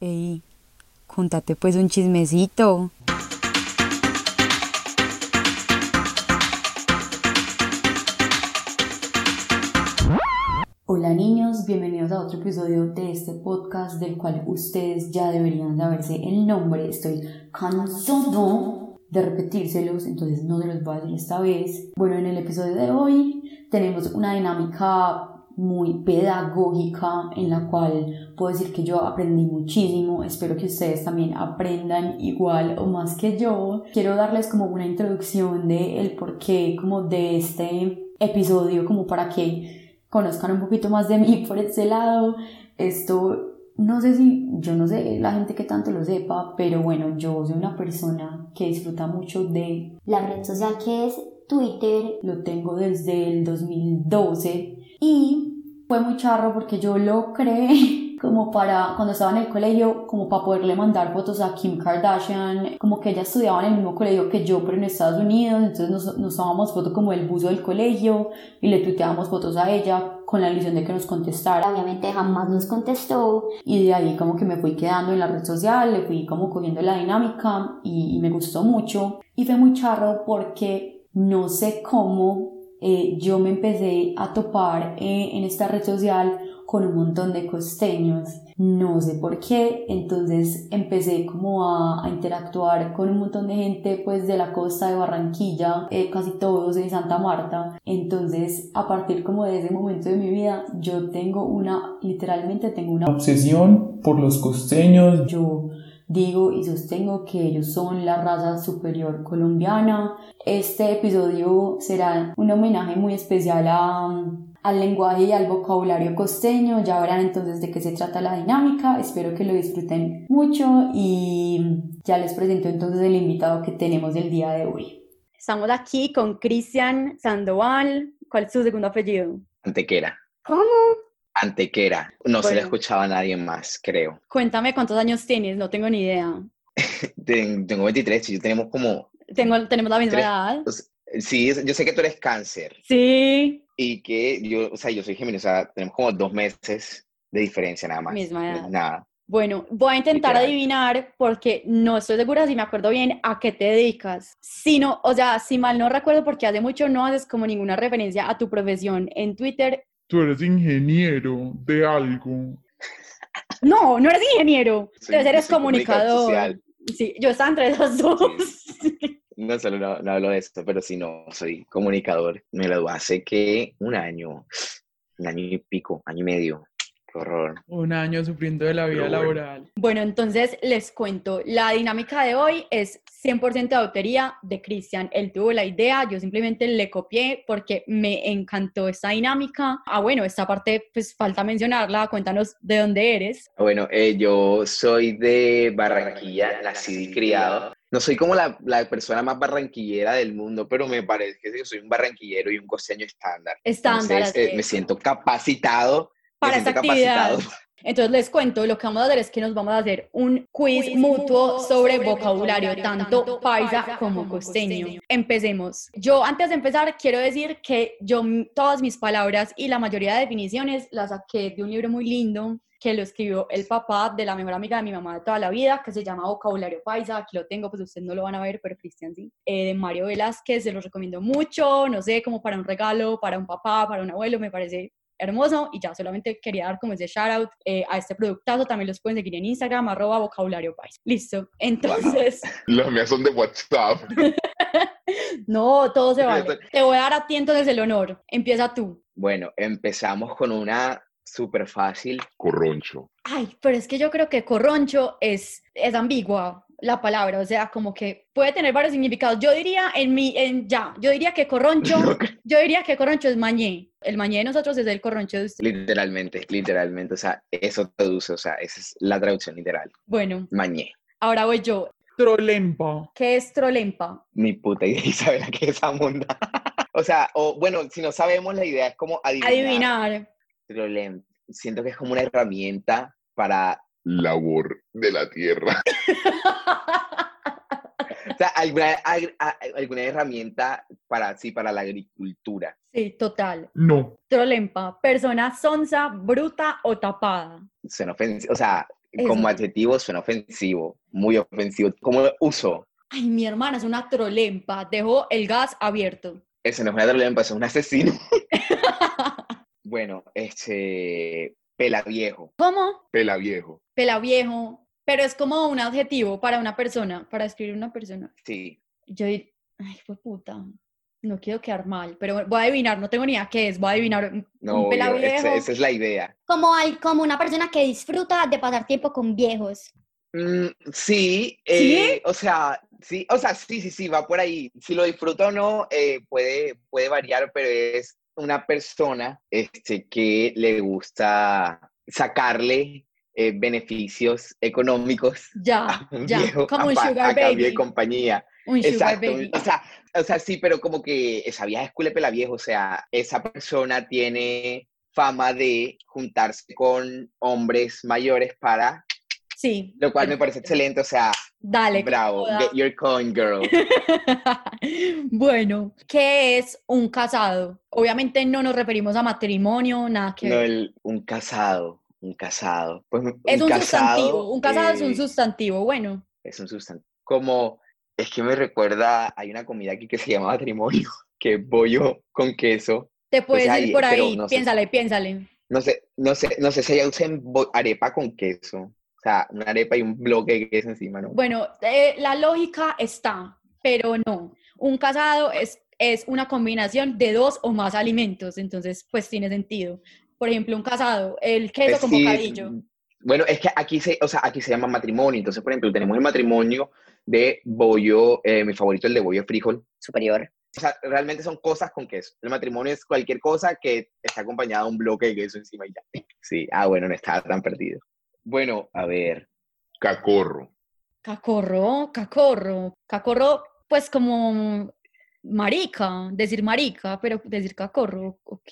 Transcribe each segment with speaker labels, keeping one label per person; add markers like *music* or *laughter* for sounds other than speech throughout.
Speaker 1: Ey, contate pues un chismecito.
Speaker 2: Hola niños, bienvenidos a otro episodio de este podcast del cual ustedes ya deberían saberse el nombre. Estoy cansado de repetírselos, entonces no se los voy a decir esta vez. Bueno, en el episodio de hoy tenemos una dinámica muy pedagógica en la cual puedo decir que yo aprendí muchísimo. Espero que ustedes también aprendan igual o más que yo. Quiero darles como una introducción de el porqué como de este episodio como para que conozcan un poquito más de mí *laughs* por ese lado. Esto, no sé si, yo no sé la gente que tanto lo sepa, pero bueno, yo soy una persona que disfruta mucho de,
Speaker 3: la red social que es Twitter.
Speaker 2: lo tengo desde el 2012 y fue muy charro porque yo lo creé como para, cuando estaba en el colegio, como para poderle mandar fotos a Kim Kardashian, como que ella estudiaba en el mismo colegio que yo, pero en Estados Unidos, entonces nos, nos tomábamos fotos como del buzo del colegio y le tuiteábamos fotos a ella con la ilusión de que nos contestara.
Speaker 3: Obviamente jamás nos contestó.
Speaker 2: Y de ahí como que me fui quedando en la red social, le fui como cogiendo la dinámica y, y me gustó mucho. Y fue muy charro porque no sé cómo eh, yo me empecé a topar eh, en esta red social con un montón de costeños. No sé por qué, entonces empecé como a, a interactuar con un montón de gente pues de la costa de Barranquilla, eh, casi todos de Santa Marta. Entonces a partir como de ese momento de mi vida yo tengo una, literalmente tengo una
Speaker 4: obsesión por los costeños.
Speaker 2: yo digo y sostengo que ellos son la raza superior colombiana. Este episodio será un homenaje muy especial a- al lenguaje y al vocabulario costeño. Ya verán entonces de qué se trata la dinámica. Espero que lo disfruten mucho y ya les presento entonces el invitado que tenemos el día de hoy.
Speaker 5: Estamos aquí con Cristian Sandoval. ¿Cuál es su segundo apellido?
Speaker 6: Antequera,
Speaker 3: ¿Cómo?
Speaker 6: Antequera. No se le
Speaker 5: Bueno.
Speaker 6: escuchaba a nadie más, creo.
Speaker 5: Cuéntame cuántos años tienes, no tengo ni idea.
Speaker 6: Ten- Tengo 23 y yo tenemos como...
Speaker 5: Tengo, tenemos la misma
Speaker 6: Tres.
Speaker 5: edad.
Speaker 6: Sí, es- yo sé que tú eres cáncer
Speaker 5: Sí,
Speaker 6: y que yo, o sea, yo soy Géminis, o sea, tenemos como dos meses de diferencia nada más.
Speaker 5: Misma
Speaker 6: No es
Speaker 5: edad.
Speaker 6: Nada.
Speaker 5: bueno, voy a intentar
Speaker 6: Literal.
Speaker 5: adivinar porque no estoy segura si me acuerdo bien a qué te dedicas. Si no, o sea, si mal no recuerdo porque hace mucho no haces como ninguna referencia a tu profesión en Twitter.
Speaker 4: Tú eres ingeniero de algo.
Speaker 5: No, no eres ingeniero,
Speaker 6: Soy-
Speaker 5: entonces eres
Speaker 6: soy comunicador
Speaker 5: comunicador.
Speaker 6: social.
Speaker 5: Sí, yo estaba entre esas dos. *laughs*
Speaker 6: No solo no, no hablo de esto, pero sí, no, soy comunicador. Me gradué hace que un año, un año y pico, año y medio. Qué horror.
Speaker 7: Un año sufriendo de la vida
Speaker 6: Pero bueno.
Speaker 7: laboral.
Speaker 5: Bueno, entonces les cuento, la dinámica de hoy es 100% de autoría de Cristian. Él tuvo la idea, yo simplemente le copié porque me encantó esta dinámica. Ah, bueno, esta parte pues falta mencionarla, cuéntanos de dónde eres.
Speaker 6: Bueno, eh, yo soy de Barranquilla, nacido y criado. No soy como la, la persona más barranquillera del mundo, pero me parece que soy un barranquillero y un costeño estándar.
Speaker 5: Estándar.
Speaker 6: Entonces, eh,
Speaker 5: así
Speaker 6: me
Speaker 5: es,
Speaker 6: siento capacitado. me
Speaker 5: para esta
Speaker 6: siento
Speaker 5: actividad.
Speaker 6: capacitado.
Speaker 5: Entonces les cuento, lo que vamos a hacer es que nos vamos a hacer un quiz,
Speaker 8: quiz
Speaker 5: mutuo
Speaker 8: mutuo
Speaker 5: sobre,
Speaker 8: sobre
Speaker 5: vocabulario,
Speaker 8: vocabulario,
Speaker 5: tanto
Speaker 8: tanto
Speaker 5: paisa,
Speaker 8: paisa
Speaker 5: como,
Speaker 8: como
Speaker 5: costeño.
Speaker 8: costeño.
Speaker 5: Empecemos. Yo antes de empezar quiero decir que yo m- todas mis palabras y la mayoría de definiciones las saqué de un libro muy lindo que lo escribió el papá de la mejor amiga de mi mamá de toda la vida, que se llama Vocabulario Paisa, aquí lo tengo, pues ustedes no lo van a ver, pero Cristian sí, eh, de Mario Velázquez, se los recomiendo mucho, no sé, como para un regalo, para un papá, para un abuelo, me parece hermoso y ya solamente quería dar como ese shout out eh, a este productazo, también los pueden seguir en Instagram, arroba vocabulario país. Listo, *laughs* entonces,
Speaker 9: Las mías son de WhatsApp.
Speaker 5: no, todo se vale. Te voy a dar a ti entonces el honor, empieza tú.
Speaker 6: Bueno, empezamos con una súper fácil.
Speaker 9: Corroncho.
Speaker 5: Ay, pero es que yo creo que corroncho es, es ambigua la palabra, o sea, como que puede tener varios significados. Yo diría en mi, en ya, yo diría que corroncho,
Speaker 6: No,
Speaker 5: *laughs* yo diría que corroncho es mañé. El mañé de nosotros es el corroncho de usted.
Speaker 6: literalmente, literalmente. O sea, eso traduce, o sea, esa es la traducción literal.
Speaker 5: Bueno,
Speaker 6: Mañé.
Speaker 5: ahora voy yo.
Speaker 7: Trolempa.
Speaker 5: ¿Qué es trolempa?
Speaker 6: Ni puta idea, *laughs* Isabela, que es esa monda. *laughs* o sea, o bueno, si no sabemos, la idea es como adivinar.
Speaker 5: Adivinar.
Speaker 6: Trolem. Siento que es como una herramienta para.
Speaker 9: Labor de la tierra. *laughs*
Speaker 6: O sea, alguna, ag- a- alguna herramienta para, sí, para la agricultura.
Speaker 5: Sí, total.
Speaker 7: No.
Speaker 5: Trolempa, persona sonsa, bruta o tapada.
Speaker 6: Suena ofensivo. O sea,
Speaker 5: Es
Speaker 6: como
Speaker 5: muy-
Speaker 6: adjetivo suena ofensivo, muy ofensivo. Como uso,
Speaker 5: Ay, mi hermana es una trolempa, dejó el gas abierto.
Speaker 6: ese no es una trolempa, eso es
Speaker 5: *laughs*
Speaker 6: un asesino. bueno, este, pelaviejo,
Speaker 5: ¿Cómo?
Speaker 9: Pela viejo.
Speaker 5: Pelaviejo. Pero es como un adjetivo para una persona, para describir una persona.
Speaker 6: sí.
Speaker 5: Yo dir- ay, fue puta. No quiero quedar mal, pero bueno, voy a adivinar, no tengo ni idea qué es, voy a adivinar. un-
Speaker 6: No, obvio,
Speaker 5: pelaviejo.
Speaker 6: esa- esa es la idea.
Speaker 3: Como, al, como una persona que disfruta de pasar tiempo con viejos.
Speaker 6: Mm, sí, eh, o sea, sí, o sea, sí, sí, sí, va por ahí. Si lo disfruta o no, eh, puede, puede variar, pero es una persona este, que le gusta sacarle eh, beneficios económicos *laughs*
Speaker 5: Ya,
Speaker 6: a un
Speaker 5: ya,
Speaker 6: Ah, viejo
Speaker 5: como un
Speaker 6: a pa-
Speaker 5: sugar
Speaker 6: a cambio de
Speaker 5: baby.
Speaker 6: compañía.
Speaker 5: Un sugar
Speaker 6: Exacto,
Speaker 5: baby.
Speaker 6: o sea, o sea, sí, pero como que esa vieja es culo de pela vieja, o sea, esa persona tiene fama de juntarse con hombres mayores para,
Speaker 5: Sí.
Speaker 6: lo cual me parece
Speaker 5: perfecto.
Speaker 6: excelente, o sea,
Speaker 5: *laughs* Dale. que
Speaker 6: Bravo,
Speaker 5: joda.
Speaker 6: get your coin, girl.
Speaker 5: *laughs* bueno, ¿qué es un casado? Obviamente no nos referimos a matrimonio, nada que
Speaker 6: No,
Speaker 5: ver.
Speaker 6: el- un casado, un casado. Pues,
Speaker 5: es un sustantivo, un casado es
Speaker 6: eh,
Speaker 5: un sustantivo, bueno.
Speaker 6: Es un sustantivo. Como, es que me recuerda, hay una comida aquí que se llama matrimonio, *laughs* que es bollo con queso.
Speaker 5: Te puedes
Speaker 6: pues ahí,
Speaker 5: ir por
Speaker 6: pero
Speaker 5: ahí,
Speaker 6: no sé.
Speaker 5: piénsale, piénsale.
Speaker 6: No sé, no sé, no sé si allá usan bo- arepa con queso. O sea, una arepa y un bloque de queso encima, ¿no?
Speaker 5: Bueno, eh, la lógica está, pero no. Un casado es, es una combinación de dos o más alimentos, entonces pues tiene sentido. Por ejemplo, un casado, el queso
Speaker 6: Es
Speaker 5: con
Speaker 6: decir,
Speaker 5: bocadillo.
Speaker 6: Bueno, es que aquí se, o sea, aquí se llama matrimonio. Entonces, por ejemplo, tenemos el matrimonio de bollo, eh, mi favorito, el de bollo de frijol superior. O sea, realmente son cosas con queso. El matrimonio es cualquier cosa que está acompañada de un bloque de queso encima y ya. Sí, ah, bueno, no estaba tan perdido. Bueno, a ver,
Speaker 9: Cacorro.
Speaker 5: Cacorro, cacorro, cacorro, pues como marica, decir marica, pero decir cacorro, ok.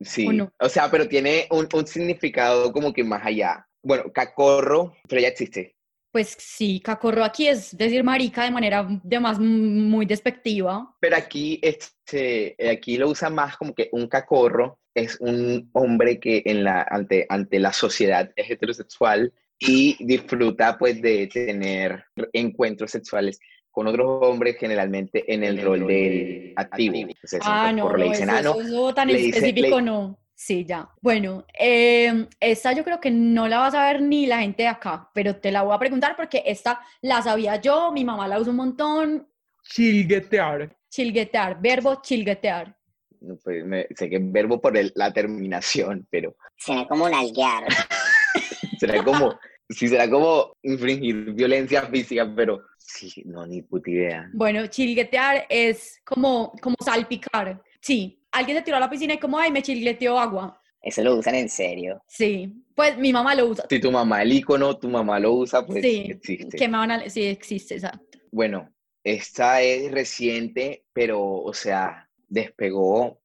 Speaker 6: sí.
Speaker 5: ¿O no?
Speaker 6: O sea, pero tiene un, un significado como que más allá. Bueno, cacorro, pero ya existe.
Speaker 5: Pues sí, cacorro aquí es decir marica de manera de más muy despectiva.
Speaker 6: Pero aquí, este, eh, aquí lo usa más como que un cacorro es un hombre que en la, ante, ante la sociedad es heterosexual y disfruta pues de tener encuentros sexuales con otros hombres generalmente en el rol del activo. Entonces,
Speaker 5: Ah,
Speaker 6: un
Speaker 5: no,
Speaker 6: cacorro le
Speaker 5: no,
Speaker 6: dicen,
Speaker 5: eso,
Speaker 6: ah, no,
Speaker 5: eso- eso tan
Speaker 6: le dice-
Speaker 5: específico
Speaker 6: le-
Speaker 5: no. Sí, ya. Bueno, eh, esta yo creo que no la vas a ver ni la gente de acá, pero te la voy a preguntar porque esta la sabía yo, mi mamá la usa un montón.
Speaker 7: Chilguetear.
Speaker 5: Chilguetear, verbo chilguetear.
Speaker 6: no, pues, me- sé que es verbo por el- la terminación, pero
Speaker 8: Será como nalguear.
Speaker 6: *laughs* será como, sí, será como infringir violencia física, pero sí, no, ni puta idea.
Speaker 5: Bueno, chilguetear es como, como salpicar. Sí, alguien se tiró a la piscina y como, ay, me chilgueteó agua.
Speaker 8: Eso lo usan en serio.
Speaker 5: Sí, pues mi mamá lo usa.
Speaker 6: Si tu mamá el icono, tu mamá lo usa, pues
Speaker 5: sí,
Speaker 6: existe.
Speaker 5: que me van a- Sí, existe, exacto.
Speaker 6: Bueno, esta es reciente, pero, o sea, despegó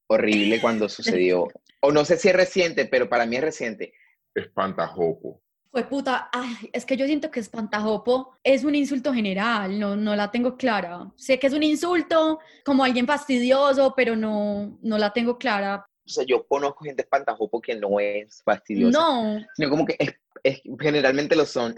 Speaker 5: *laughs*
Speaker 6: horrible cuando sucedió. O no sé si es reciente, pero para mí es reciente.
Speaker 9: Espantajopo.
Speaker 5: Fue puta, ay, es que yo siento que espantajopo es un insulto general, no, no la tengo clara. Sé que es un insulto como alguien fastidioso, pero no, no la tengo clara.
Speaker 6: O sea, yo conozco gente espantajopo que no es fastidiosa,
Speaker 5: No,
Speaker 6: sino como que es- es- generalmente lo son.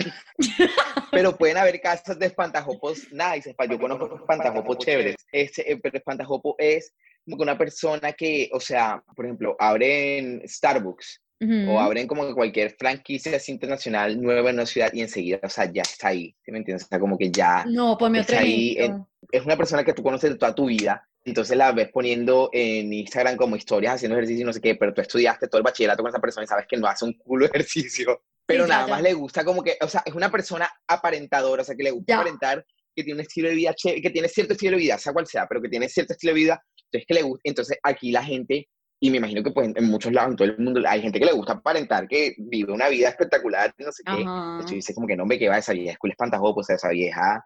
Speaker 6: pero pueden haber casos de espantajopos nice. espa- Yo conozco espantajopos chéveres. Este, eh, pero espantajopo es como que una persona que, o sea, por ejemplo, abren Starbucks
Speaker 5: ujú,
Speaker 6: o abren como que cualquier franquicia así internacional nueva en una ciudad y enseguida, o sea, ya está ahí, ¿sí me entiendes? O sea, como que ya
Speaker 5: no, ponme
Speaker 6: es
Speaker 5: otro
Speaker 6: ahí, eh,
Speaker 5: ejemplo.
Speaker 6: es una persona que tú conoces de toda tu vida, entonces la ves poniendo en Instagram como historias, haciendo ejercicio y no sé qué, pero tú estudiaste todo el bachillerato con esa persona y sabes que no hace un culo de ejercicio, pero
Speaker 5: ya,
Speaker 6: nada
Speaker 5: ya.
Speaker 6: más le gusta como que, o sea, es una persona aparentadora, o sea, que le gusta
Speaker 5: Ya.
Speaker 6: aparentar, que tiene un estilo de vida, chévere, que tiene cierto estilo de vida, sea cual sea, pero que tiene cierto estilo de vida, entonces que le gusta, entonces aquí la gente y me imagino que pues en muchos lados, en todo el mundo, hay gente que le gusta aparentar que vive una vida espectacular, no sé qué.
Speaker 5: Ajá.
Speaker 6: Entonces dice como que no me que va esa vieja, es cool espantajopo, o sea, esa
Speaker 5: *laughs*
Speaker 6: vieja,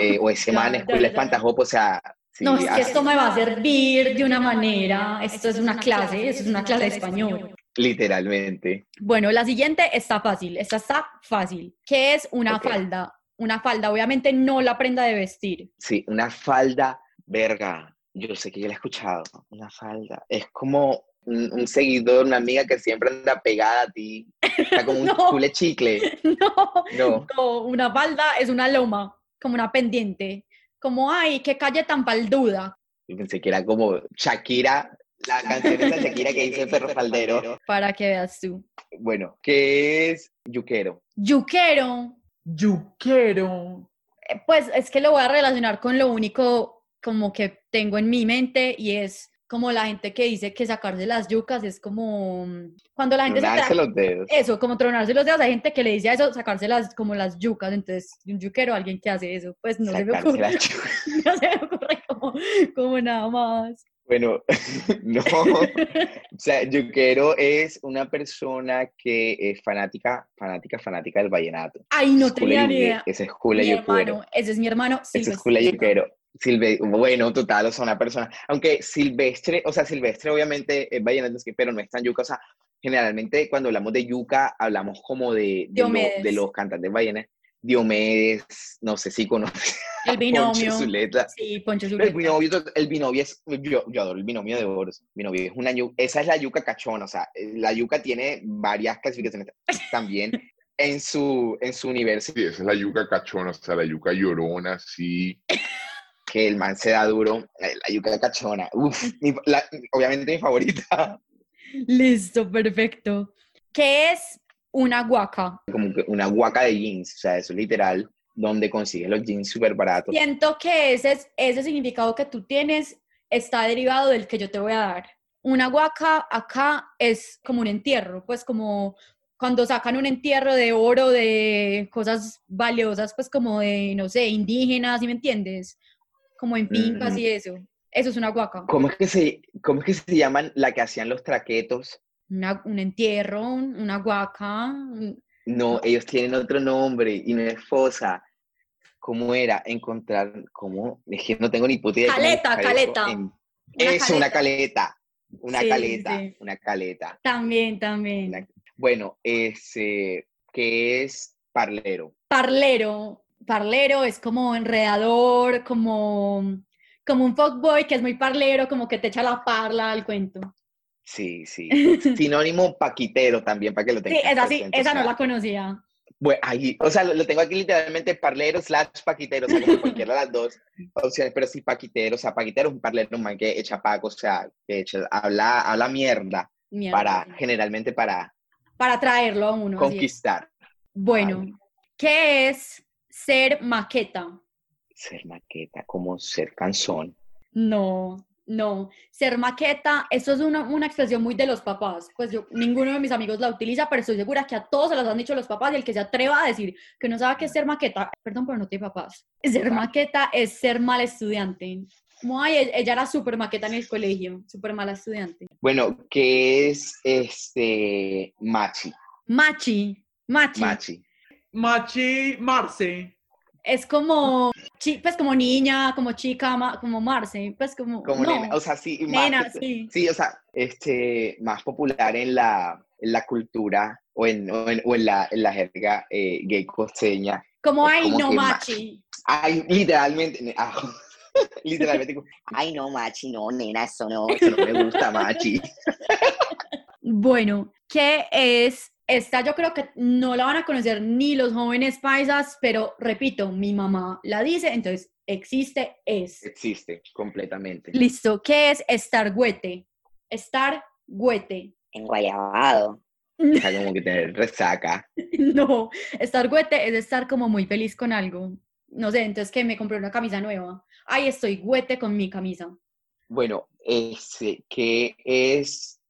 Speaker 6: eh, o ese
Speaker 5: Ya,
Speaker 6: man es
Speaker 5: ya,
Speaker 6: cool
Speaker 5: ya.
Speaker 6: espantajopo, o sea, sí,
Speaker 5: No, es que
Speaker 6: así,
Speaker 5: esto me va a servir de una manera. Esto es una clase, esto es una clase de español.
Speaker 6: literalmente.
Speaker 5: Bueno, la siguiente está fácil, esta está fácil. ¿Qué es una
Speaker 6: Ok.
Speaker 5: falda? Una falda, obviamente no la prenda de vestir. *laughs*
Speaker 6: Sí, una falda, verga, yo sé que ya la he escuchado, una falda, es como, un, un seguidor, una amiga que siempre anda pegada a ti. Está como
Speaker 5: *laughs*
Speaker 6: un
Speaker 5: No.
Speaker 6: chule chicle.
Speaker 5: No,
Speaker 6: No.
Speaker 5: no, una balda es una loma, como una pendiente. Como, ay, qué calle tan balduda.
Speaker 6: Y pensé que era como Shakira, la canción de Shakira que dice Perro Faldero.
Speaker 5: Para que veas tú.
Speaker 6: Bueno, ¿qué es yuquero?
Speaker 5: Yuquero,
Speaker 7: Yuquero.
Speaker 5: eh, pues es que lo voy a relacionar con lo único como que tengo en mi mente y es como la gente que dice que sacarse las yucas es como mm, cuando la gente se
Speaker 6: Tronarse
Speaker 5: tra-
Speaker 6: los dedos.
Speaker 5: eso, como tronarse los dedos, hay gente que le dice a eso, sacarse las, como las yucas, entonces un yuquero, alguien que hace eso, pues no se me
Speaker 6: Sacarse la
Speaker 5: ocurre, *laughs*
Speaker 6: yuca.
Speaker 5: no se me ocurre como, como nada más.
Speaker 6: *laughs* Bueno, *laughs* no. O sea, yuquero es una persona que es fanática, fanática, fanática del vallenato.
Speaker 5: Ay, no
Speaker 6: Ese
Speaker 5: tenía ni
Speaker 6: culé-
Speaker 5: idea.
Speaker 6: Ese es Jule
Speaker 5: Mi
Speaker 6: Yuquero.
Speaker 5: hermano, ese es mi hermano.
Speaker 6: Ese es
Speaker 5: Silvestre.
Speaker 6: Jule Yuquero. Silve- bueno, total, o sea, una persona. Aunque Silvestre, o sea, Silvestre obviamente es vallenato, es que- pero no es tan yuca. O sea, generalmente cuando hablamos de yuca, hablamos como de, de, lo-
Speaker 5: Diomedes.
Speaker 6: de los cantantes vallenatos. Diomedes, no sé si conoces
Speaker 5: El
Speaker 6: a
Speaker 5: binomio.
Speaker 6: Poncho Zuleta.
Speaker 5: Sí, Poncho
Speaker 6: El
Speaker 5: Zuleta.
Speaker 6: binomio, el binomio es, yo, yo adoro el binomio de oro. El binomio es una yuca, esa es la yuca cachona, o sea, eh, la yuca tiene varias clasificaciones también en su, en su universo,
Speaker 9: Sí, esa es la yuca cachona, o sea, la yuca llorona, sí.
Speaker 6: que el man se da duro, eh, la yuca cachona, uff, obviamente mi favorita, *laughs*
Speaker 5: Listo, perfecto. ¿Qué es una guaca?
Speaker 6: como que una guaca de jeans, o sea, eso es literal, donde consigues los jeans súper baratos.
Speaker 5: Siento que ese, es- ese significado que tú tienes está derivado del que yo te voy a dar. Una guaca acá es como un entierro, pues como cuando sacan un entierro de oro, de cosas valiosas, pues como de, no sé, indígenas, ¿sí me entiendes? Como en fincas y eso. Eso es una guaca.
Speaker 6: ¿Cómo es, que se, ¿Cómo es que se llaman la que hacían los traquetos?
Speaker 5: Una- un entierro, un- una guaca. un-
Speaker 6: No, ellos tienen otro nombre y no es fosa. ¿Cómo era? Encontrar, ¿cómo? Es que no tengo ni puta idea. de cómo
Speaker 5: Caleta,
Speaker 6: buscar eso
Speaker 5: caleta.
Speaker 6: en-
Speaker 5: Una
Speaker 6: Eso, una caleta. Una
Speaker 5: Sí, sí,
Speaker 6: caleta,
Speaker 5: sí.
Speaker 6: una caleta.
Speaker 5: También, también.
Speaker 6: Una- Bueno, ese, que es parlero.
Speaker 5: Parlero, parlero es como enredador, como, como un fuckboy que es muy parlero, como que te echa la parla al cuento.
Speaker 6: Sí, sí.
Speaker 5: *laughs* Sí,
Speaker 6: Sinónimo paquitero también, para que lo tengas.
Speaker 5: esa sí,
Speaker 6: presente, o
Speaker 5: esa no
Speaker 6: sea,
Speaker 5: la conocía.
Speaker 6: Bueno, ahí, o sea, lo, lo tengo aquí literalmente parlero slash paquitero, o sea, como cualquiera de las dos opciones, pero sí paquitero, o sea, paquitero es un parlero, un man que echa paco, o sea, que echa- habla, habla mierda
Speaker 5: Mierda,
Speaker 6: para,
Speaker 5: sí.
Speaker 6: generalmente para
Speaker 5: para traerlo a uno. así es.
Speaker 6: conquistar.
Speaker 5: Bueno, ¿qué es ser maqueta?
Speaker 6: Ser maqueta, como ser canzón.
Speaker 5: No, no. Ser maqueta, eso es una, una expresión muy de los papás. Pues yo, ninguno de mis amigos la utiliza, pero estoy segura que a todos se los han dicho los papás y el que se atreva a decir que no sabe qué es ser maqueta, perdón, pero no tiene papás. Ser maqueta es ser mal estudiante. Como, ay, e- ella era súper maqueta en el colegio, súper mala estudiante.
Speaker 6: Bueno, que es este machi?
Speaker 5: Machi, machi.
Speaker 6: Machi.
Speaker 7: Machi Marce.
Speaker 5: Es como, chi- pues como niña, como chica, ma- como Marce, pues como,
Speaker 6: Como
Speaker 5: no,
Speaker 6: nena, o sea, sí, más-
Speaker 5: nena, sí.
Speaker 6: Sí, o sea, este, más popular en la, en la cultura o en, o en, o en la, en la jerga eh, gay costeña.
Speaker 5: Como,
Speaker 6: es
Speaker 5: ay,
Speaker 6: como
Speaker 5: no,
Speaker 6: que
Speaker 5: machi.
Speaker 6: Ay, literalmente, ah, *laughs* literalmente, como,
Speaker 8: Ay, no, machi, no, nena, eso no.
Speaker 6: "Eso no me gusta machi.
Speaker 5: Bueno, ¿qué es? Esta yo creo que no la van a conocer ni los jóvenes paisas, pero repito, mi mamá la dice, entonces existe, es.
Speaker 6: Existe completamente.
Speaker 5: Listo, ¿qué es estar güete? Estar güete.
Speaker 8: En guayabado.
Speaker 6: O sea, como que tener resaca.
Speaker 5: *laughs* No, estar güete es estar como muy feliz con algo. No sé, entonces que me compré una camisa nueva. Ay, estoy güete con mi camisa.
Speaker 6: Bueno, ese, que es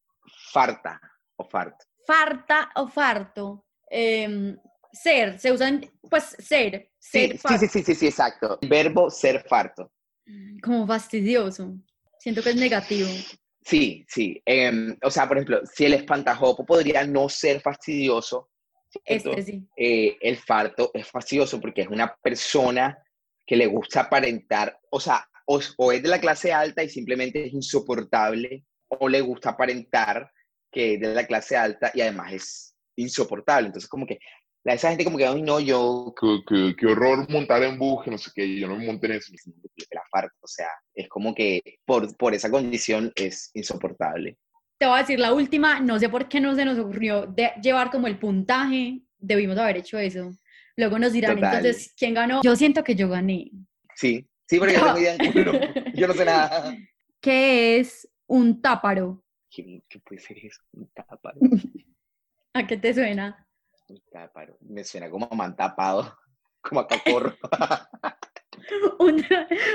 Speaker 6: farta o farta?
Speaker 5: Farta o farto. Em, ser, se usan, pues ser,
Speaker 6: Sí,
Speaker 5: ser
Speaker 6: sí,
Speaker 5: farto.
Speaker 6: sí, sí, sí, sí, exacto. Verbo ser farto.
Speaker 5: Mm, Como fastidioso. Siento que es
Speaker 6: *laughs*
Speaker 5: negativo.
Speaker 6: Sí, sí. em, o sea, por ejemplo, si el espantajopo podría no ser fastidioso, ¿cierto?
Speaker 5: Este sí.
Speaker 6: eh, el farto es fastidioso porque es una persona que le gusta aparentar, o sea, o, o es de la clase alta y simplemente es insoportable, o le gusta aparentar que es de la clase alta y además es insoportable. Entonces, como que la- esa gente como que, ay, no, yo *laughs*
Speaker 9: Qué, qué- qué horror montar en bus, que no sé qué, yo no me monté en eso.
Speaker 6: la farto, o sea, es como que por, por esa condición es insoportable.
Speaker 5: te voy a decir la última, no sé por qué no se nos ocurrió de llevar como el puntaje, debimos haber hecho eso. Luego nos dirán
Speaker 6: Total.
Speaker 5: entonces quién ganó. Yo siento que yo gané.
Speaker 6: Sí, sí, porque yo no tengo idea de culo. Yo no sé nada.
Speaker 5: *laughs* ¿Qué es un táparo?
Speaker 6: ¿Qué, qué puede ser eso? Un táparo.
Speaker 5: ¿A qué te suena? *laughs*
Speaker 6: Un táparo. Me suena como a man tapado, *laughs* como
Speaker 5: *laughs*
Speaker 6: a cacorro.
Speaker 5: Un,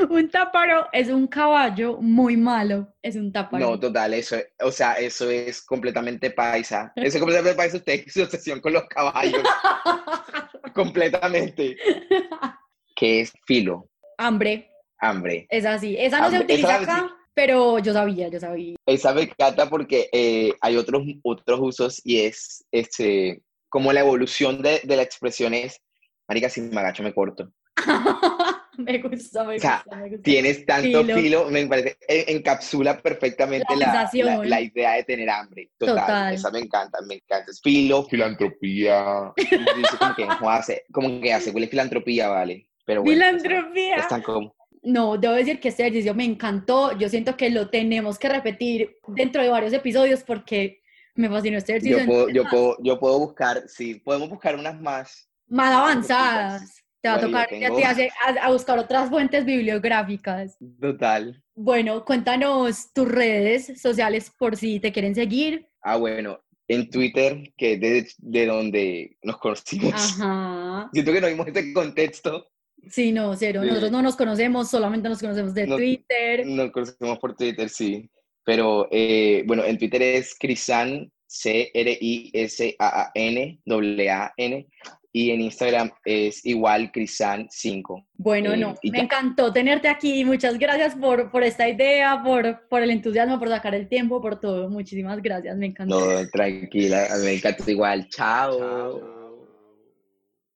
Speaker 5: un táparo es un caballo muy malo. Es un táparo.
Speaker 6: No, total, eso, es- o sea, eso es completamente paisa. Eso es completamente paisa usted, su obsesión con los
Speaker 5: *laughs*
Speaker 6: caballos. completamente. ¿Qué es filo?
Speaker 5: *laughs* Hambre,
Speaker 6: Hambre.
Speaker 5: es así. Esa no se
Speaker 6: Hambre,
Speaker 5: utiliza
Speaker 6: esa-
Speaker 5: acá, pero yo sabía, yo sabía.
Speaker 6: Esa me encanta porque eh, hay otros, otros usos y es este, como la evolución de, de la expresión es, marica, si me agacho me corto.
Speaker 5: *laughs* me gusta, me
Speaker 6: O sea,
Speaker 5: gusta, me gusta.
Speaker 6: Tienes tanto
Speaker 5: Filo.
Speaker 6: filo, me parece, en- encapsula perfectamente
Speaker 5: La
Speaker 6: la, la,
Speaker 5: sensación.
Speaker 6: la idea de tener hambre. Total,
Speaker 5: Total.
Speaker 6: esa me encanta, me encanta. Es filo,
Speaker 9: Filantropía.
Speaker 6: Y dice como que "Jo, hace, como que hace, huele filantropía, vale. Pero bueno,
Speaker 5: Filantropía.
Speaker 6: Están, están como,
Speaker 5: No, debo decir que este ejercicio me encantó. Yo siento que lo tenemos que repetir dentro de varios episodios porque me fascinó este ejercicio.
Speaker 6: yo, puedo, yo, puedo, yo puedo buscar, sí, podemos buscar unas más.
Speaker 5: Más
Speaker 6: Claro,
Speaker 5: avanzadas. Te va a
Speaker 6: Bueno, yo
Speaker 5: tocar irte a
Speaker 6: tengo-
Speaker 5: ti a hacer- a- a buscar otras fuentes bibliográficas.
Speaker 6: Total.
Speaker 5: Bueno, cuéntanos tus redes sociales por si te quieren seguir.
Speaker 6: *laughs* Ah, bueno, en Twitter, que es de, de donde nos conocimos.
Speaker 5: Ajá.
Speaker 6: Siento que no vimos este contexto.
Speaker 5: Sí, no, cero.
Speaker 6: Sí.
Speaker 5: Nosotros no nos conocemos, solamente nos conocemos de
Speaker 6: No-
Speaker 5: Twitter.
Speaker 6: Nos conocimos por Twitter, sí. Pero eh, bueno, en Twitter es Crisan, C-R-I-S-A-A-N, A-N. Y en Instagram es igual Crisan5.
Speaker 5: Bueno,
Speaker 6: Eh,
Speaker 5: no,
Speaker 6: y
Speaker 5: me
Speaker 6: ya.
Speaker 5: encantó tenerte aquí. Muchas gracias por, por esta idea, por, por el entusiasmo, por sacar el tiempo, por todo. Muchísimas gracias, me encantó.
Speaker 6: No, tranquila, me encanta igual. Chao.